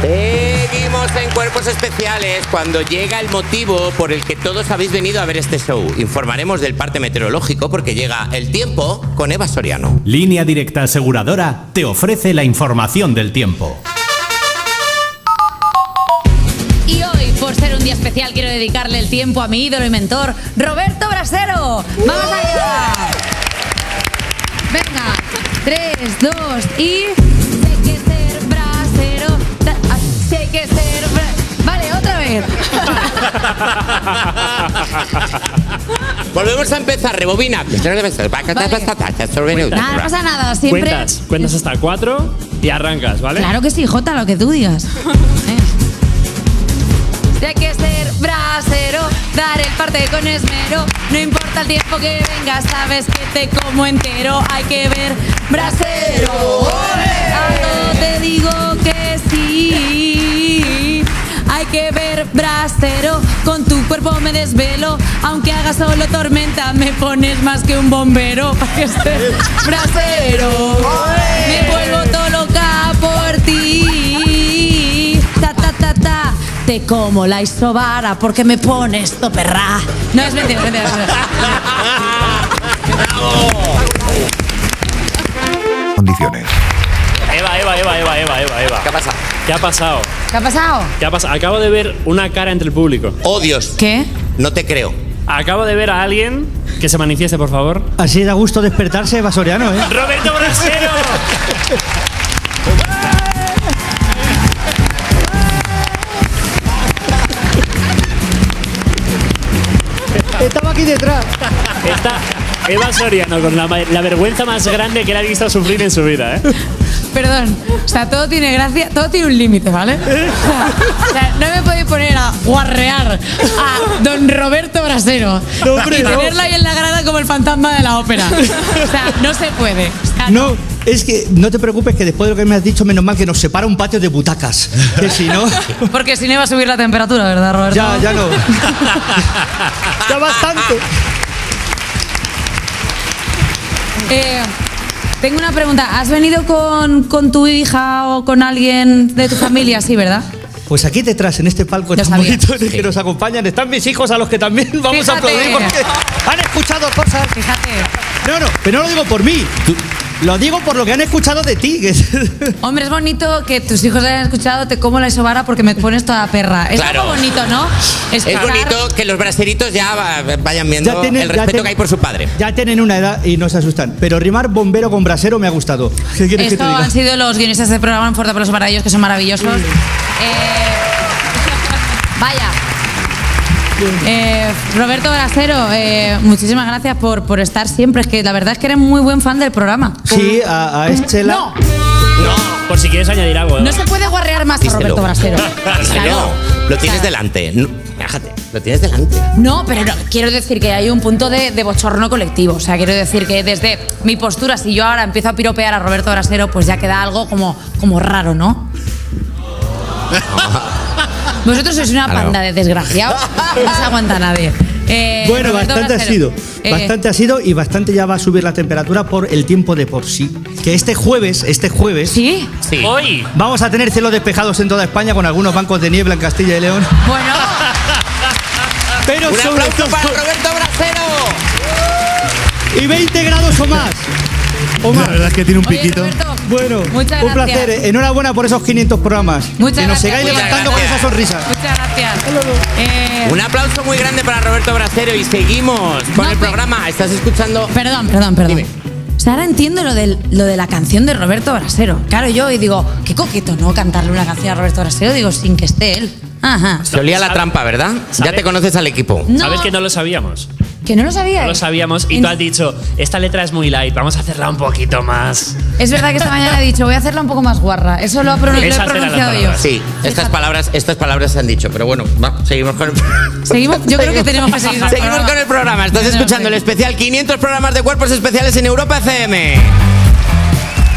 Seguimos en Cuerpos Especiales cuando llega el motivo por el que todos habéis venido a ver este show. Informaremos del parte meteorológico porque llega el tiempo con Eva Soriano. Línea Directa Aseguradora te ofrece la información del tiempo. Y hoy, por ser un día especial, quiero dedicarle el tiempo a mi ídolo y mentor, Roberto Brasero. ¡Vamos allá! Venga, tres, dos y... Sé que ser brasero... ta- ah, Sé que ser... bra- Vale, otra vez. Volvemos a empezar, rebobina. Nada, no pasa nada, siempre... Cuentas, cuentas hasta cuatro y arrancas, ¿vale? Claro que sí, Jota, lo que tú digas. Eh. Sé que ser brasero, dar el parte con esmero. No importa el tiempo que venga, sabes que te como entero. Hay que ver brasero. A todo te digo que sí. Hay que ver brasero, con tu cuerpo me desvelo. Aunque haga solo tormenta, me pones más que un bombero. Para que esté brasero, me vuelvo todo loca por ti. Ta, ta, ta, ta. Te como la isobara porque me pones toperra. No, es mentira, es mentira. es mentira. Condiciones. Eva, Eva, Eva, Eva, Eva, Eva, Eva. ¿Qué pasa? ¿Qué ha pasado? ¿Qué ha pasado? ¿Qué ha pasado? Acabo de ver una cara entre el público. Oh Dios, ¿Qué? no te creo. Acabo de ver a alguien que se manifieste, por favor. Así da gusto despertarse, Vasoriano, ¿eh? ¡Roberto Brasero! Estaba aquí detrás. Está Eva Soriano con la, ma- la vergüenza más grande que la ha visto sufrir en su vida, ¿eh? Perdón, o sea, todo tiene gracia, todo tiene un límite, ¿vale? O sea, o sea, no me podéis poner a guarrear a don Roberto Brasero No, hombre, y no. tenerlo ahí en la grada como el fantasma de la ópera. O sea, no se puede. O sea, No, es que no te preocupes que después de lo que me has dicho, menos mal que nos separa un patio de butacas. Que si no, Porque si no iba a subir la temperatura, ¿verdad, Roberto? ya, ya no. Ya bastante. Eh, tengo una pregunta. ¿Has venido con, con tu hija o con alguien de tu familia? Sí, ¿verdad? Pues aquí detrás, en este palco Lo tan sabía. bonito en el que nos acompañan, están mis hijos a los que también vamos a Fíjate. aplaudir porque han escuchado cosas. Fíjate. No, no, pero no lo digo por mí. Lo digo por lo que han escuchado de ti. que es- Hombre, es bonito que tus hijos hayan escuchado Te como la isobara porque me pones toda perra. Es Claro. algo bonito, ¿no? Es Escuchar- bonito que los braseritos ya va- vayan viendo Ya tienen- el ya respeto tienen- que hay por su padre. Ya tienen una edad y no se asustan. Pero rimar bombero con brasero me ha gustado. ¿Qué quieres que Esto te diga? han sido los guionistas del programa. Un fuerte aplauso para ellos, que son maravillosos. Eh, vaya. Eh, Roberto Brasero, eh, muchísimas gracias por, por estar siempre. Es que la verdad es que eres muy buen fan del programa. Sí, a, a Estela. No, Por si quieres añadir algo, Eva. no se puede guarrear más a Díselo. Roberto Brasero. Díselo. Claro. Lo tienes Claro. delante. No, Fíjate, lo tienes delante. No, pero no, quiero decir que hay un punto de, de bochorno colectivo. O sea, quiero decir que desde mi postura, si yo ahora empiezo a piropear a Roberto Brasero, pues ya queda algo como, como raro, ¿no? Vosotros sois una Claro. panda de desgraciados. No se aguanta nadie. Eh, Bueno, Roberto bastante ha Brasero, sido. eh, Bastante ha sido y bastante ya va a subir la temperatura por el tiempo de por sí. Que este jueves, este jueves, ¿Sí? Sí. Hoy. vamos a tener cielos despejados en toda España con algunos bancos de niebla en Castilla y León. Bueno, Pero Un sobre aplauso todo- para Roberto Brasero. y 20 grados o más. O La más. verdad es que tiene un oye, piquito. Roberto, Bueno, muchas un gracias. placer. eh. Enhorabuena por esos 500 programas. Muchas que nos gracias, sigáis muchas levantando con esa gracias. sonrisa. Muchas gracias. Eh, Un aplauso muy grande para Roberto Brasero y seguimos con No, el pe- programa. Estás escuchando. Perdón, perdón, perdón. Dime. O sea, ahora entiendo lo, del- lo de la canción de Roberto Brasero. Claro, yo y digo, qué coqueto, ¿no? Cantarle una canción a Roberto Brasero, digo, sin que esté él. Ajá. Se olía la ¿Sabe- trampa, ¿verdad? Ya sabe- te conoces al equipo. No, Eh. ¿Sabes que no lo sabíamos? que no lo sabía. No lo sabíamos y tú has dicho, esta letra es muy light, vamos a hacerla un poquito más. Es verdad que esta mañana he dicho, voy a hacerla un poco más guarra. Eso lo, ha pronun- lo he Esas eran las pronunciado yo. palabras. Sí, estas Fíjate. palabras, estas palabras se han dicho, pero bueno, va, seguimos con el Seguimos, yo creo que tenemos que seguir. Seguimos programa. con el programa. Estás escuchando el especial 500 programas de cuerpos especiales en Europa FM.